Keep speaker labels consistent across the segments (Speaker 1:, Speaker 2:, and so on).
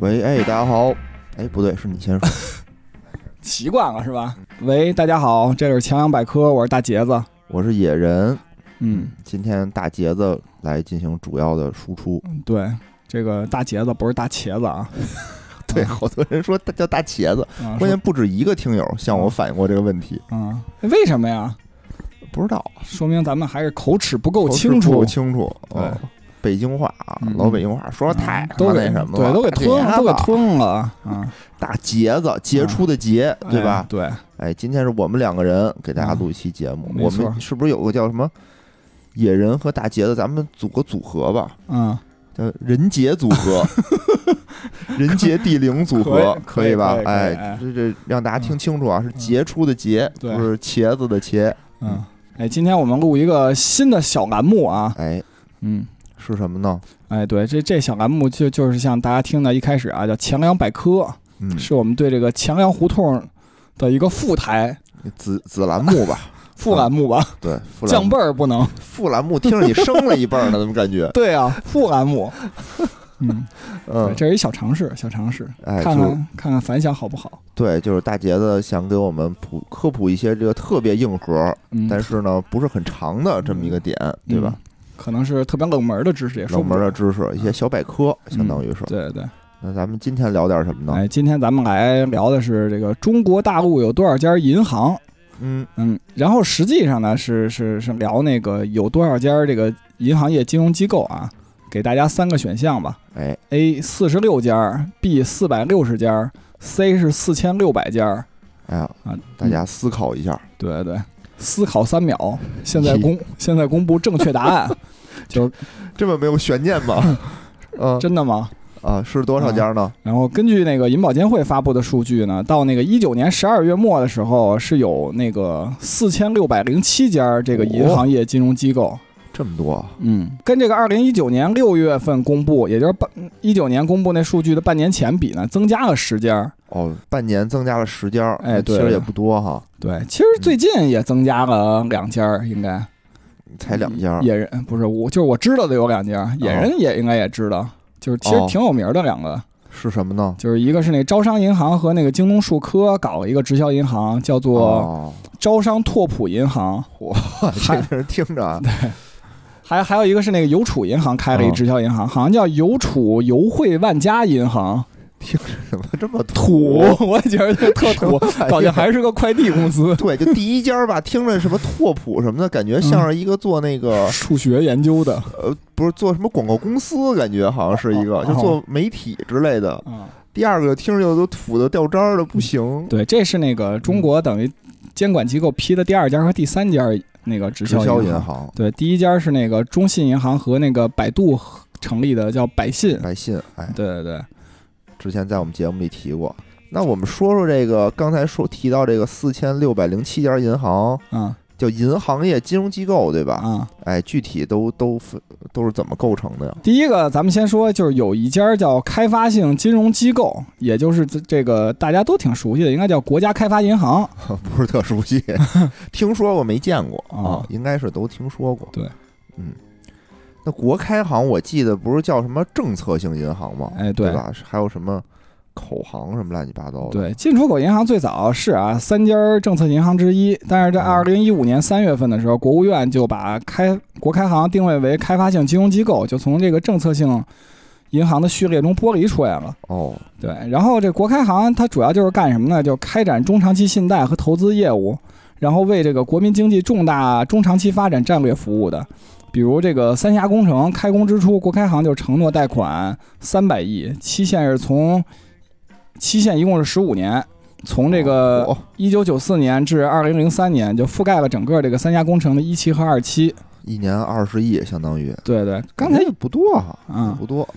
Speaker 1: 喂，哎，大家好。哎，不对，是你先说。
Speaker 2: 习惯了是吧？喂，大家好，这里是强阳百科，我是大杰子。
Speaker 1: 我是野人，
Speaker 2: 嗯，
Speaker 1: 今天大杰子来进行主要的输出。
Speaker 2: 对，这个大杰子不是大茄子啊。
Speaker 1: 对，好多人说他叫大茄子，
Speaker 2: 啊
Speaker 1: 关键不止一个听友向我反映过这个问题，
Speaker 2: 啊，为什么呀？
Speaker 1: 不知道
Speaker 2: 说明咱们还是口齿不够
Speaker 1: 口齿
Speaker 2: 清
Speaker 1: 不
Speaker 2: 楚，
Speaker 1: 清楚。
Speaker 2: 对
Speaker 1: 嗯，北京话啊
Speaker 2: 嗯，
Speaker 1: 老北京话说的太
Speaker 2: 啊
Speaker 1: 他
Speaker 2: 都
Speaker 1: 妈
Speaker 2: 给
Speaker 1: 那什么
Speaker 2: 对，
Speaker 1: 了，
Speaker 2: 都给
Speaker 1: 大姐
Speaker 2: 吞
Speaker 1: 呀
Speaker 2: 了，都给
Speaker 1: 吧
Speaker 2: 吞了啊，
Speaker 1: 大杰子，杰出的杰，对
Speaker 2: 哎
Speaker 1: 吧？
Speaker 2: 对，
Speaker 1: 哎，今天是我们两个人给大家录一期节目，
Speaker 2: 嗯
Speaker 1: 我
Speaker 2: 没错
Speaker 1: 们是不是有个叫什么野人和大杰子，咱们组个组合吧？
Speaker 2: 嗯，
Speaker 1: 叫人杰组 合，人杰地灵组合
Speaker 2: 可以可以
Speaker 1: 以吧
Speaker 2: 可以？可以
Speaker 1: 哎
Speaker 2: 哎，嗯
Speaker 1: 这这让大家听清楚啊，是杰出的杰，
Speaker 2: 对
Speaker 1: 不是茄子的茄。
Speaker 2: 嗯，哎，今天我们录一个新的小栏目啊，
Speaker 1: 哎，
Speaker 2: 嗯，
Speaker 1: 是什么呢？
Speaker 2: 哎，对，这这小栏目就就是像大家听的一开始啊，叫强阳百科，
Speaker 1: 嗯，
Speaker 2: 是我们对这个强阳胡同的一个副台
Speaker 1: 紫紫兰木 吧？
Speaker 2: 副栏目吧，
Speaker 1: 对，富兰
Speaker 2: 降
Speaker 1: 木
Speaker 2: 辈儿不能，
Speaker 1: 富兰木，听着你升了一辈儿呢，怎么感 觉？
Speaker 2: 对啊，副栏目，嗯，对
Speaker 1: 嗯，
Speaker 2: 这是一小尝试，小尝试，
Speaker 1: 哎，
Speaker 2: 看
Speaker 1: 就
Speaker 2: 看看看反响好不好，
Speaker 1: 对，就是大杰子想给我们普科普一些这个特别硬核，
Speaker 2: 嗯，
Speaker 1: 但是呢不是很长的这么一个点，对吧？
Speaker 2: 嗯？可能是特别冷门的知识，也说
Speaker 1: 冷
Speaker 2: 不
Speaker 1: 门
Speaker 2: 准嗯
Speaker 1: 的知识，一些小百科，相当于是。
Speaker 2: 对对，
Speaker 1: 那咱们今天聊点什么呢？
Speaker 2: 哎，今天咱们来聊的是这个中国大陆有多少家银行？
Speaker 1: 嗯，
Speaker 2: 嗯，然后实际上呢，是是是聊那个有多少家这个银行业金融机构啊？给大家三个选项吧
Speaker 1: 哎，
Speaker 2: ：A 四十六家，B 四百六十家，C 是四千六百家啊
Speaker 1: 哎呀，。
Speaker 2: 嗯
Speaker 1: 大家思考一下，
Speaker 2: 对对，思考三秒，现在公现在公布正确答 案，就是
Speaker 1: 这么没有悬念吗？ 嗯
Speaker 2: 真的吗？
Speaker 1: 啊，是多少家呢？
Speaker 2: 然后根据那个银保监会发布的数据呢，到那个一九年十二月末的时候，是有那个四千六百零七家这个银行业金融机构。
Speaker 1: 这么多，
Speaker 2: 嗯，跟这个二零一九年六月份公布，也就是半一九年公布那数据的半年前比呢，增加了十家。
Speaker 1: 哦，半年增加了十家，
Speaker 2: 哎对
Speaker 1: 其实也不多哈，
Speaker 2: 对，其实最近也增加了两家，应该
Speaker 1: 才两家。
Speaker 2: 嗯野人不是我，就是我知道的有两家，野人也应该也知道，就是其实
Speaker 1: 哦
Speaker 2: 挺有名的两个。
Speaker 1: 是什么呢？
Speaker 2: 就是一个是那招商银行和那个京东数科搞了一个直销银行，叫做
Speaker 1: 哦，
Speaker 2: 招商拓普银行，
Speaker 1: 这个人听着 啊，
Speaker 2: 还还有一个是那个邮储银行开了一直销银行，好像叫邮储邮汇万家银行。
Speaker 1: 怎么这么
Speaker 2: 土
Speaker 1: 土？，
Speaker 2: 我也觉得这特土，好像还是个快递公司，
Speaker 1: 对，就第一家 吧，听着什么拓普什么的，感觉像
Speaker 2: 嗯
Speaker 1: 是一个做那个
Speaker 2: 数学研究的。
Speaker 1: 呃，不是做什么广告公司，感觉好像是一
Speaker 2: 哦
Speaker 1: 个，
Speaker 2: 哦
Speaker 1: 就做媒体之类的。
Speaker 2: 啊，
Speaker 1: 第二个听着就都土的掉渣儿的不行，
Speaker 2: 对，这是那个中国等于监管机构批的第二家和第三家那个直
Speaker 1: 直
Speaker 2: 销
Speaker 1: 销银
Speaker 2: 行。
Speaker 1: 行、
Speaker 2: 对，第一家是那个中信银行和那个百度成立的，叫百信。
Speaker 1: 来信，哎，
Speaker 2: 对对对。
Speaker 1: 之前在我们节目里提过。那我们说说这个，刚才说提到这个四千六百零七家银行，
Speaker 2: 啊
Speaker 1: 叫银行业金融机构，对吧？
Speaker 2: 啊！
Speaker 1: 哎，具体都都分都是怎么构成的 呀？
Speaker 2: 第一个，咱们先说，就是有一家叫开发性金融机构，也就是这这个大家都挺熟悉的，应该叫国家开发银行。
Speaker 1: 不是特熟 悉，听说过没见过
Speaker 2: 哦
Speaker 1: 啊，应该是都听说过。
Speaker 2: 对，
Speaker 1: 嗯，那国开行我记得不是叫什么政策性银行吗？
Speaker 2: 哎对
Speaker 1: 对吧？还有什么口行什么乱七八糟的？，
Speaker 2: 对，进出口银行最早是啊三家政策银行之一，但是在二
Speaker 1: 嗯
Speaker 2: 零一五年三月份的时候，国务院就把开国开行定位为开发性金融机构，就从这个政策性银行的序列中剥离出来了。
Speaker 1: 哦，
Speaker 2: 对，然后这国开行它主要就是干什么呢？就开展中长期信贷和投资业务，然后为这个国民经济重大中长期发展战略服务的。比如这个三峡工程开工之初，国开行就承诺贷款三百亿，期限是从期限一共是十五年，从这个
Speaker 1: 哦
Speaker 2: 一九九四年至二零零三年，就覆盖了整个这个三峡工程的一期和二期。
Speaker 1: 一年二十亿，相当于
Speaker 2: 对对，刚才
Speaker 1: 也不多哈，
Speaker 2: 嗯
Speaker 1: 也不多。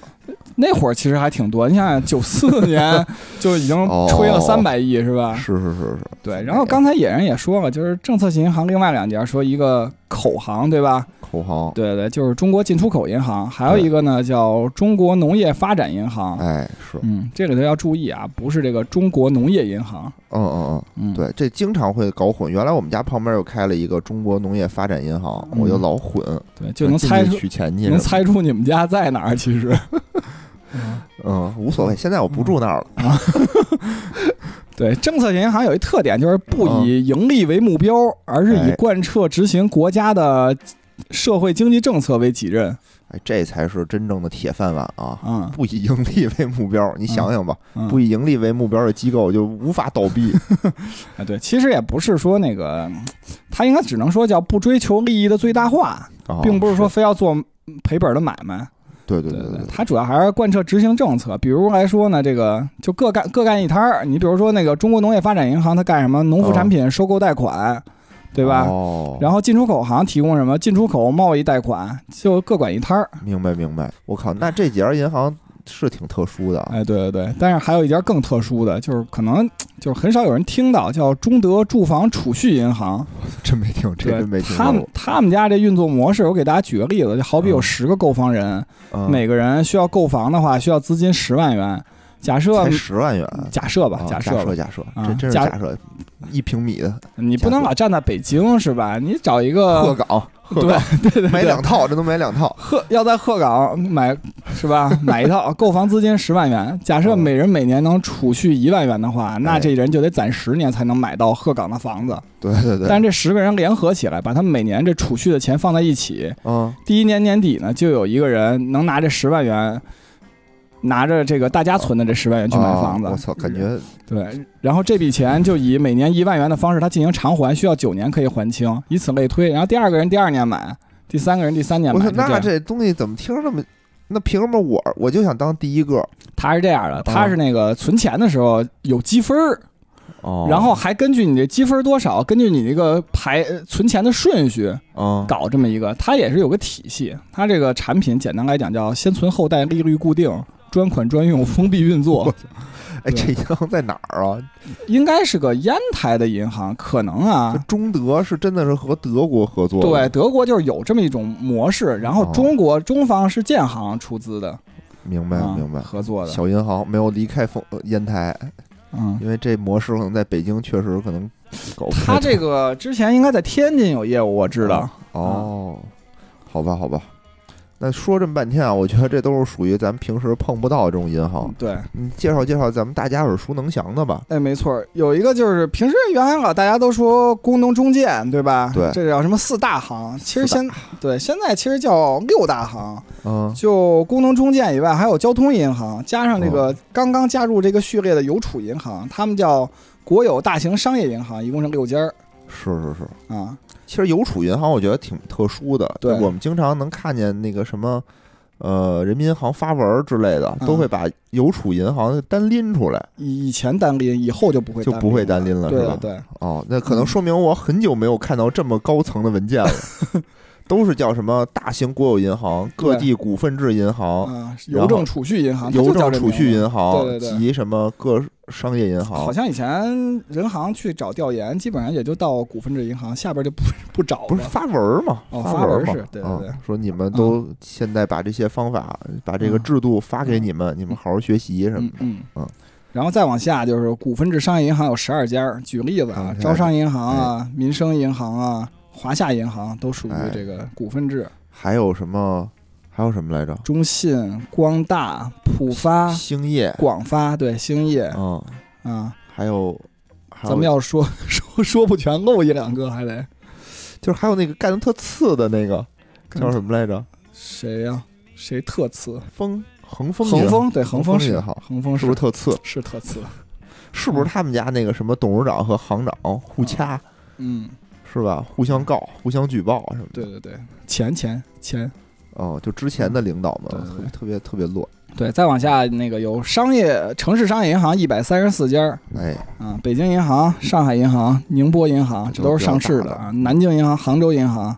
Speaker 2: 那会儿其实还挺多，你想想九四年 就已经吹了
Speaker 1: 哦
Speaker 2: 三百亿是吧？
Speaker 1: 是是是是，
Speaker 2: 对，然后刚才野人也说了，就是政策性银行另外两家，说一个口行，对吧？
Speaker 1: 口行，
Speaker 2: 对对，就是中国进出口银行，还有一个呢叫中国农业发展银行。
Speaker 1: 哎，是，嗯
Speaker 2: 嗯，这里头要注意啊，不是这个中国农业银行。
Speaker 1: 嗯
Speaker 2: 嗯，
Speaker 1: 嗯，，对，这经常会搞混。原来我们家旁边又开了一个中国农业发展银行，
Speaker 2: 嗯
Speaker 1: 我就老混，
Speaker 2: 对，就能
Speaker 1: 进
Speaker 2: 猜
Speaker 1: 去
Speaker 2: 出，
Speaker 1: 取钱去什么的，
Speaker 2: 能猜出你们家在哪儿。其实，嗯
Speaker 1: 嗯，无所谓。现在我不住那儿了，
Speaker 2: 对，政策型银行有一特点，就是不以盈利为目标，而是以
Speaker 1: 哎
Speaker 2: 贯彻执行国家的社会经济政策为己任。
Speaker 1: 哎，这才是真正的铁饭碗啊！
Speaker 2: 嗯
Speaker 1: 不以盈利为目标，你想想吧，
Speaker 2: 嗯，
Speaker 1: 不以盈利为目标的机构就无法倒闭。
Speaker 2: 啊，对，其实也不是说那个，他应该只能说叫不追求利益的最大化，
Speaker 1: 啊
Speaker 2: 并不是说非要做赔本的买卖。
Speaker 1: 对对
Speaker 2: 对
Speaker 1: 对
Speaker 2: 对，，它主要还是贯彻执行政策。比如来说呢，这个就各干各干一摊儿。你比如说那个中国农业发展银行，它干什么？农副产品收购贷款，对吧？
Speaker 1: 哦，
Speaker 2: 然后进出口行提供什么？进出口贸易贷款，就各管一摊儿。
Speaker 1: 明白明白。我靠，那这几家银行是挺特殊的啊。
Speaker 2: 哎，对对对，但是还有一家更特殊的，就是可能就是很少有人听到，叫中德住房储蓄银行。
Speaker 1: 真没听，这
Speaker 2: 对
Speaker 1: 真没听
Speaker 2: 他
Speaker 1: 说
Speaker 2: 们
Speaker 1: 过。
Speaker 2: 他们家这运作模式，我给大家举个例子，就好比有
Speaker 1: 嗯
Speaker 2: 十个购房人，
Speaker 1: 嗯
Speaker 2: 每个人需要购房的话，需要资金十万元。假设
Speaker 1: 才十万元，
Speaker 2: 假设吧
Speaker 1: 啊，
Speaker 2: 假
Speaker 1: 假
Speaker 2: 设吧
Speaker 1: 假设，
Speaker 2: 啊
Speaker 1: 这真是
Speaker 2: 假
Speaker 1: 假设，一平米的
Speaker 2: 你不能老站在北京是吧？你找一
Speaker 1: 鹤
Speaker 2: 个
Speaker 1: 岗，鹤
Speaker 2: 呃 对
Speaker 1: 岗
Speaker 2: 对对
Speaker 1: 买
Speaker 2: 对
Speaker 1: 两，套，这能买两套。
Speaker 2: 鹤要在鹤岗买是吧？买一套，购房资金十万元，假设
Speaker 1: 嗯
Speaker 2: 每人每年能储蓄一万元的话，那
Speaker 1: 哎
Speaker 2: 这人就得攒十年才能买到鹤岗的房子。
Speaker 1: 对对对，
Speaker 2: 但是这十个人联合起来，把他们每年这储蓄的钱放在一起，
Speaker 1: 嗯，
Speaker 2: 第一年年底呢，就有一个人能拿着十万元，拿着这个大家存的这十万元去买房子。
Speaker 1: 啊我操，感觉
Speaker 2: 对，然后这笔钱就以每年一万元的方式，他进行偿还，需要九年可以还清，以此类推。然后第二个人第二年买，第三个人第三年
Speaker 1: 我
Speaker 2: 买，
Speaker 1: 说
Speaker 2: 就这
Speaker 1: 那
Speaker 2: 样
Speaker 1: 这东西怎么听着那么？那凭什么我我就想当第一个？
Speaker 2: 他是这样的，他是那个存钱的时候有积分儿，
Speaker 1: 哦
Speaker 2: 然后还根据你这积分儿多少，根据你这个排呃存钱的顺序
Speaker 1: 嗯，
Speaker 2: 搞这么一个，它也是有个体系。它这个产品简单来讲叫先存后贷，利率固定，专款专用，封闭 运作。
Speaker 1: 哎，这银行在哪儿啊？
Speaker 2: 应该是个烟台的银行，可能
Speaker 1: 这
Speaker 2: 啊。
Speaker 1: 中德是真的是和德国合作
Speaker 2: 对，
Speaker 1: 的，
Speaker 2: 德国就是有这么一种模式，然后
Speaker 1: 哦
Speaker 2: 中国中方是建行出资的，
Speaker 1: 明白
Speaker 2: 啊
Speaker 1: 明白。
Speaker 2: 合作的，
Speaker 1: 小银行没有离开丰呃烟台，
Speaker 2: 嗯。
Speaker 1: 因为这模式可能在北京确实可能搞不太
Speaker 2: 他这个之前应该在天津有业务，我知道。
Speaker 1: 哦，好吧，好吧。那说这么半天啊，我觉得这都是属于咱们平时碰不到的这种银行。
Speaker 2: 对，
Speaker 1: 你介绍介绍咱们大家耳熟能详的吧？
Speaker 2: 哎，没错儿，有一个就是平时原来老大家都说工农中建，对吧？
Speaker 1: 对
Speaker 2: 这叫什么四大行？其实
Speaker 1: 四大
Speaker 2: 现对现在其实叫六大行，
Speaker 1: 嗯，
Speaker 2: 就工农中建以外，还有交通银行，加上这
Speaker 1: 哦
Speaker 2: 个刚刚加入这个序列的邮储银行，他们叫国有大型商业银行，一共是六家儿
Speaker 1: 是是是。
Speaker 2: 啊。
Speaker 1: 其实邮储银行我觉得挺特殊的，
Speaker 2: 对
Speaker 1: 我们经常能看见那个什么，呃，人民银行发文儿之类的，
Speaker 2: 嗯
Speaker 1: 都会把邮储银行单拎出来，
Speaker 2: 以以前单拎，以后就不会
Speaker 1: 就不会单拎了，
Speaker 2: 对
Speaker 1: 是
Speaker 2: 对
Speaker 1: 吧？
Speaker 2: 对，
Speaker 1: 哦，那
Speaker 2: 嗯
Speaker 1: 可能说明我很久没有看到这么高层的文件了， 都是叫什么大型国有银行、各
Speaker 2: 对
Speaker 1: 地股份制银行。
Speaker 2: 啊，
Speaker 1: 哦然后
Speaker 2: 邮政储蓄银行，它
Speaker 1: 邮
Speaker 2: 啊就叫
Speaker 1: 政
Speaker 2: 这
Speaker 1: 储
Speaker 2: 名
Speaker 1: 蓄
Speaker 2: 字
Speaker 1: 银行
Speaker 2: 对对对
Speaker 1: 及什么各商业银
Speaker 2: 好
Speaker 1: 行，
Speaker 2: 像以前人行去找调研，基本上也就到股份制银行下边就不不找了。
Speaker 1: 不是发文儿嘛？
Speaker 2: 哦
Speaker 1: 发文儿
Speaker 2: 发文
Speaker 1: 嘛
Speaker 2: 儿是？对对
Speaker 1: 啊
Speaker 2: 对嗯
Speaker 1: 说你们都现在把这些方法、把这个制度发给你们，你们好好学习什么
Speaker 2: 嗯
Speaker 1: 的。
Speaker 2: 嗯
Speaker 1: 嗯
Speaker 2: 然后再往下就是股份制商业银行有十二家儿，举例子啊
Speaker 1: 嗯，
Speaker 2: 招商银行
Speaker 1: 哎
Speaker 2: 啊、民生银行啊、华夏银行都属于这个股份制，
Speaker 1: 还有什么？还有什么来着？
Speaker 2: 中信、光大、浦发、
Speaker 1: 兴业，
Speaker 2: 广发，啊对兴业
Speaker 1: 嗯，
Speaker 2: 啊，
Speaker 1: 还有，还
Speaker 2: 咱们
Speaker 1: 有
Speaker 2: 要说 说说不全，漏一两个还得
Speaker 1: 就是还有那个干的特次的那个
Speaker 2: 干
Speaker 1: 叫什么来着？
Speaker 2: 谁呀、谁特次？
Speaker 1: 丰恒丰银
Speaker 2: 恒丰对
Speaker 1: 恒
Speaker 2: 恒
Speaker 1: 丰
Speaker 2: 丰
Speaker 1: 也
Speaker 2: 是
Speaker 1: 好
Speaker 2: 恒丰
Speaker 1: 是不是特次？
Speaker 2: 是特次？
Speaker 1: 是不是他们家那个什么董事长和行长互掐
Speaker 2: 嗯，
Speaker 1: 是吧？互相告、互相举报什么的
Speaker 2: 对。对对，钱钱钱。
Speaker 1: 哦，就之前的领导们
Speaker 2: 嗯对
Speaker 1: 特别
Speaker 2: 对
Speaker 1: 特别特别乱，
Speaker 2: 对，再往下那个有商业城市商业银行一百三十四家儿
Speaker 1: 哎，
Speaker 2: 啊，北京银行、上海银行、宁波银行，这都是上市
Speaker 1: 都比
Speaker 2: 的
Speaker 1: 较大
Speaker 2: 啊，南京银行、杭州银行，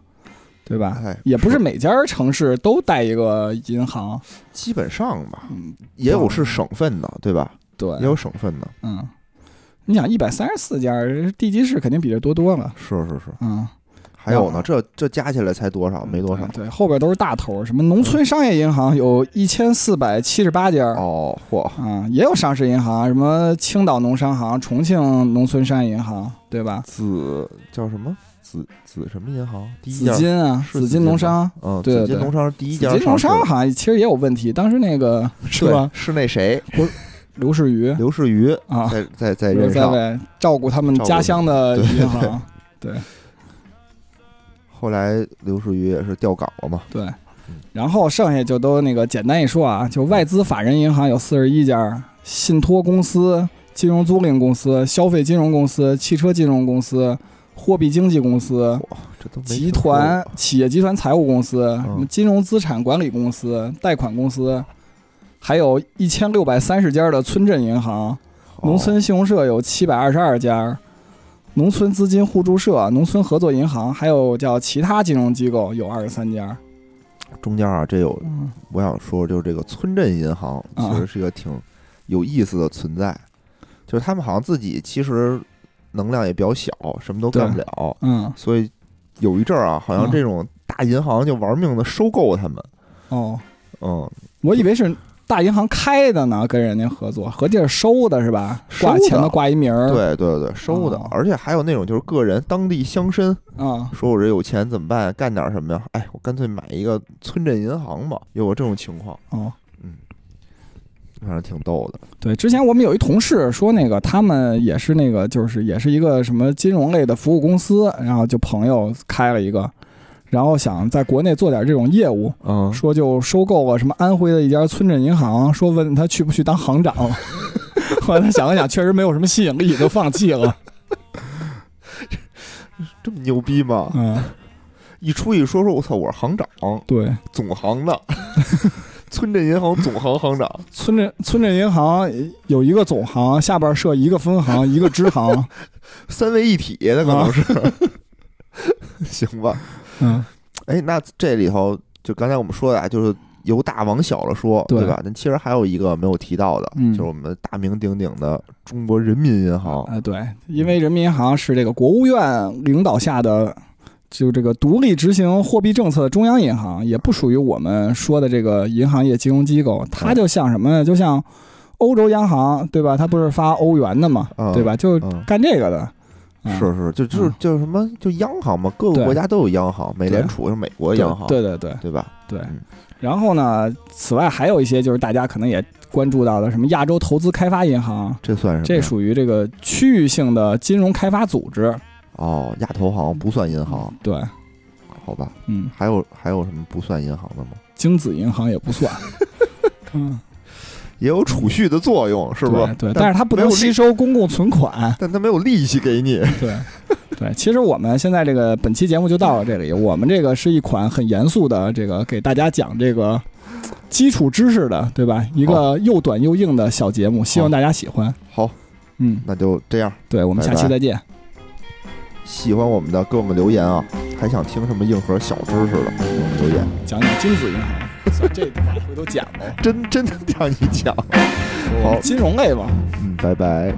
Speaker 2: 对吧？
Speaker 1: 哎
Speaker 2: 嗯也不是每家儿城市都带一个银行，
Speaker 1: 基本上吧，
Speaker 2: 嗯，
Speaker 1: 也有是省份的，对吧？
Speaker 2: 对，
Speaker 1: 也有省份的，
Speaker 2: 嗯，你想一百三十四家儿，地级市肯定比这多多了，
Speaker 1: 是是是。
Speaker 2: 嗯，
Speaker 1: 还有呢，这这加起来才多少？没多少。
Speaker 2: 对，后边都是大头儿，什么农村商业银行有一千四百七十八家儿，
Speaker 1: 哦，嚯，
Speaker 2: 啊，也有上市银行，什么青岛农商行、重庆农村商业银行，对吧？
Speaker 1: 紫叫什么？紫紫什么银行？第一
Speaker 2: 紫
Speaker 1: 家
Speaker 2: 金啊，
Speaker 1: 是
Speaker 2: 紫金
Speaker 1: 吗
Speaker 2: 农商，
Speaker 1: 嗯，
Speaker 2: 对
Speaker 1: 紫金
Speaker 2: 对
Speaker 1: 农商是第一
Speaker 2: 紫
Speaker 1: 家
Speaker 2: 金农
Speaker 1: 市
Speaker 2: 商好像其实也有问题，当时那个是
Speaker 1: 对
Speaker 2: 吧？
Speaker 1: 是那 谁
Speaker 2: 刘士余
Speaker 1: 刘士余
Speaker 2: 啊，
Speaker 1: 在在在
Speaker 2: 刘
Speaker 1: 任
Speaker 2: 在
Speaker 1: 上，
Speaker 2: 位照顾他们
Speaker 1: 照顾
Speaker 2: 家乡的
Speaker 1: 对
Speaker 2: 银行，
Speaker 1: 后来刘士余也是调岗了嘛，
Speaker 2: 对。然后剩下就都那个简单一说啊，就外资法人银行有四十一家，信托公司、金融租赁公司、消费金融公司、汽车金融公司、货币经纪公司、
Speaker 1: 哇，这都没
Speaker 2: 集
Speaker 1: 听说
Speaker 2: 团
Speaker 1: 过嗯
Speaker 2: 企业集团财务公司、什么金融资产管理公司、贷款公司，还有一千六百三十家的村镇银行，农村信用社有七百二十二家，农村资金互助社、农村合作银行，还有叫其他金融机构有二十三家。
Speaker 1: 哦中间啊，这有
Speaker 2: 嗯，
Speaker 1: 我想说，就是这个村镇银行
Speaker 2: 啊
Speaker 1: 其实是一个挺有意思的存在，就是他们好像自己其实能量也比较小，什么都干不了，
Speaker 2: 嗯
Speaker 1: 所以有一阵儿啊，好像
Speaker 2: 嗯
Speaker 1: 这种大银行就玩命的收购他们，
Speaker 2: 哦，
Speaker 1: 嗯，
Speaker 2: 我以为是大银行开的呢，跟人家合作，合计是收的是吧？
Speaker 1: 收的
Speaker 2: 挂前头挂一名儿。
Speaker 1: 对对对，收的
Speaker 2: 嗯哦，
Speaker 1: 而且还有那种就是个人当地乡绅，
Speaker 2: 啊，
Speaker 1: 说我这有钱怎么办？干点什么呀？哎，我干脆买一个村镇银行吧，有过这种情况，
Speaker 2: 哦，
Speaker 1: 反正挺逗的，
Speaker 2: 对，之前我们有一同事说，那个他们也是那个，就是也是一个什么金融类的服务公司，然后就朋友开了一个，然后想在国内做点这种业务，
Speaker 1: 嗯
Speaker 2: 说就收购了什么安徽的一家村镇银行，说问他去不去当行长， 后来他想了想，确实没有什么吸引力，就放弃 了。
Speaker 1: 这么牛逼吗？
Speaker 2: 嗯，
Speaker 1: 一出去说说，我操，我是行长，
Speaker 2: 对，
Speaker 1: 总行的， 村镇银行总行行长，
Speaker 2: 村镇村镇银行有一个总行，下边设一个分行、一个支 行。
Speaker 1: 三位一体，那可能是，
Speaker 2: 啊
Speaker 1: 行吧？
Speaker 2: 嗯，
Speaker 1: 哎，那这里头就刚才我们说的，啊，就是由大往小了说，
Speaker 2: 对
Speaker 1: 对吧？那其实还有一个没有提到的，
Speaker 2: 嗯
Speaker 1: 就是我们大名鼎鼎的中国人民银行，
Speaker 2: 哎，对，因为人民银行是这个国务院领导下的，就这个独立执行货币政策的中央银行，也不属于我们说的这个银行业金融机构。它
Speaker 1: 嗯
Speaker 2: 就像什么呢？就像欧洲央行，对吧？它不是发欧元的嘛，
Speaker 1: 嗯
Speaker 2: 对吧？就
Speaker 1: 嗯。
Speaker 2: 干这个的。啊
Speaker 1: 是是，就就是
Speaker 2: 嗯
Speaker 1: 就是什么，就央行嘛，各个
Speaker 2: 对
Speaker 1: 国家都有央行，美联
Speaker 2: 对
Speaker 1: 储是美国
Speaker 2: 对
Speaker 1: 央行，
Speaker 2: 对对对
Speaker 1: 对吧？
Speaker 2: 对
Speaker 1: 嗯。
Speaker 2: 然后呢，此外还有一些就是大家可能也关注到的，什么亚洲投资开发银行，
Speaker 1: 这算什么
Speaker 2: 这
Speaker 1: 呀？
Speaker 2: 属于这个区域性的金融开发组织。
Speaker 1: 哦，亚投行不算银行，
Speaker 2: 对，
Speaker 1: 好吧？
Speaker 2: 嗯，
Speaker 1: 还有还有什么不算银行的吗？
Speaker 2: 精子银行也 不算。嗯，
Speaker 1: 也有储蓄的作用，是不？
Speaker 2: 对，对但是它不
Speaker 1: 没
Speaker 2: 能
Speaker 1: 有利
Speaker 2: 吸收公共存款。
Speaker 1: 但它没有利息给你。
Speaker 2: 对，对。其实我们现在这个本期节目就到了这里。我们这个是一款很严肃的，这个给大家讲这个基础知识的，对吧？一个又短又硬的小节目，希望大家喜欢。
Speaker 1: 好，
Speaker 2: 嗯，
Speaker 1: 那就这样。
Speaker 2: 对，我们下期
Speaker 1: 拜拜
Speaker 2: 再见。
Speaker 1: 喜欢我们的，给我们留言啊！还想听什么硬核小知识的，给我们留言。
Speaker 2: 讲讲精子银行，算这话回头讲吧。
Speaker 1: 真真的让你讲。
Speaker 2: 金融类吧。
Speaker 1: 嗯，拜拜。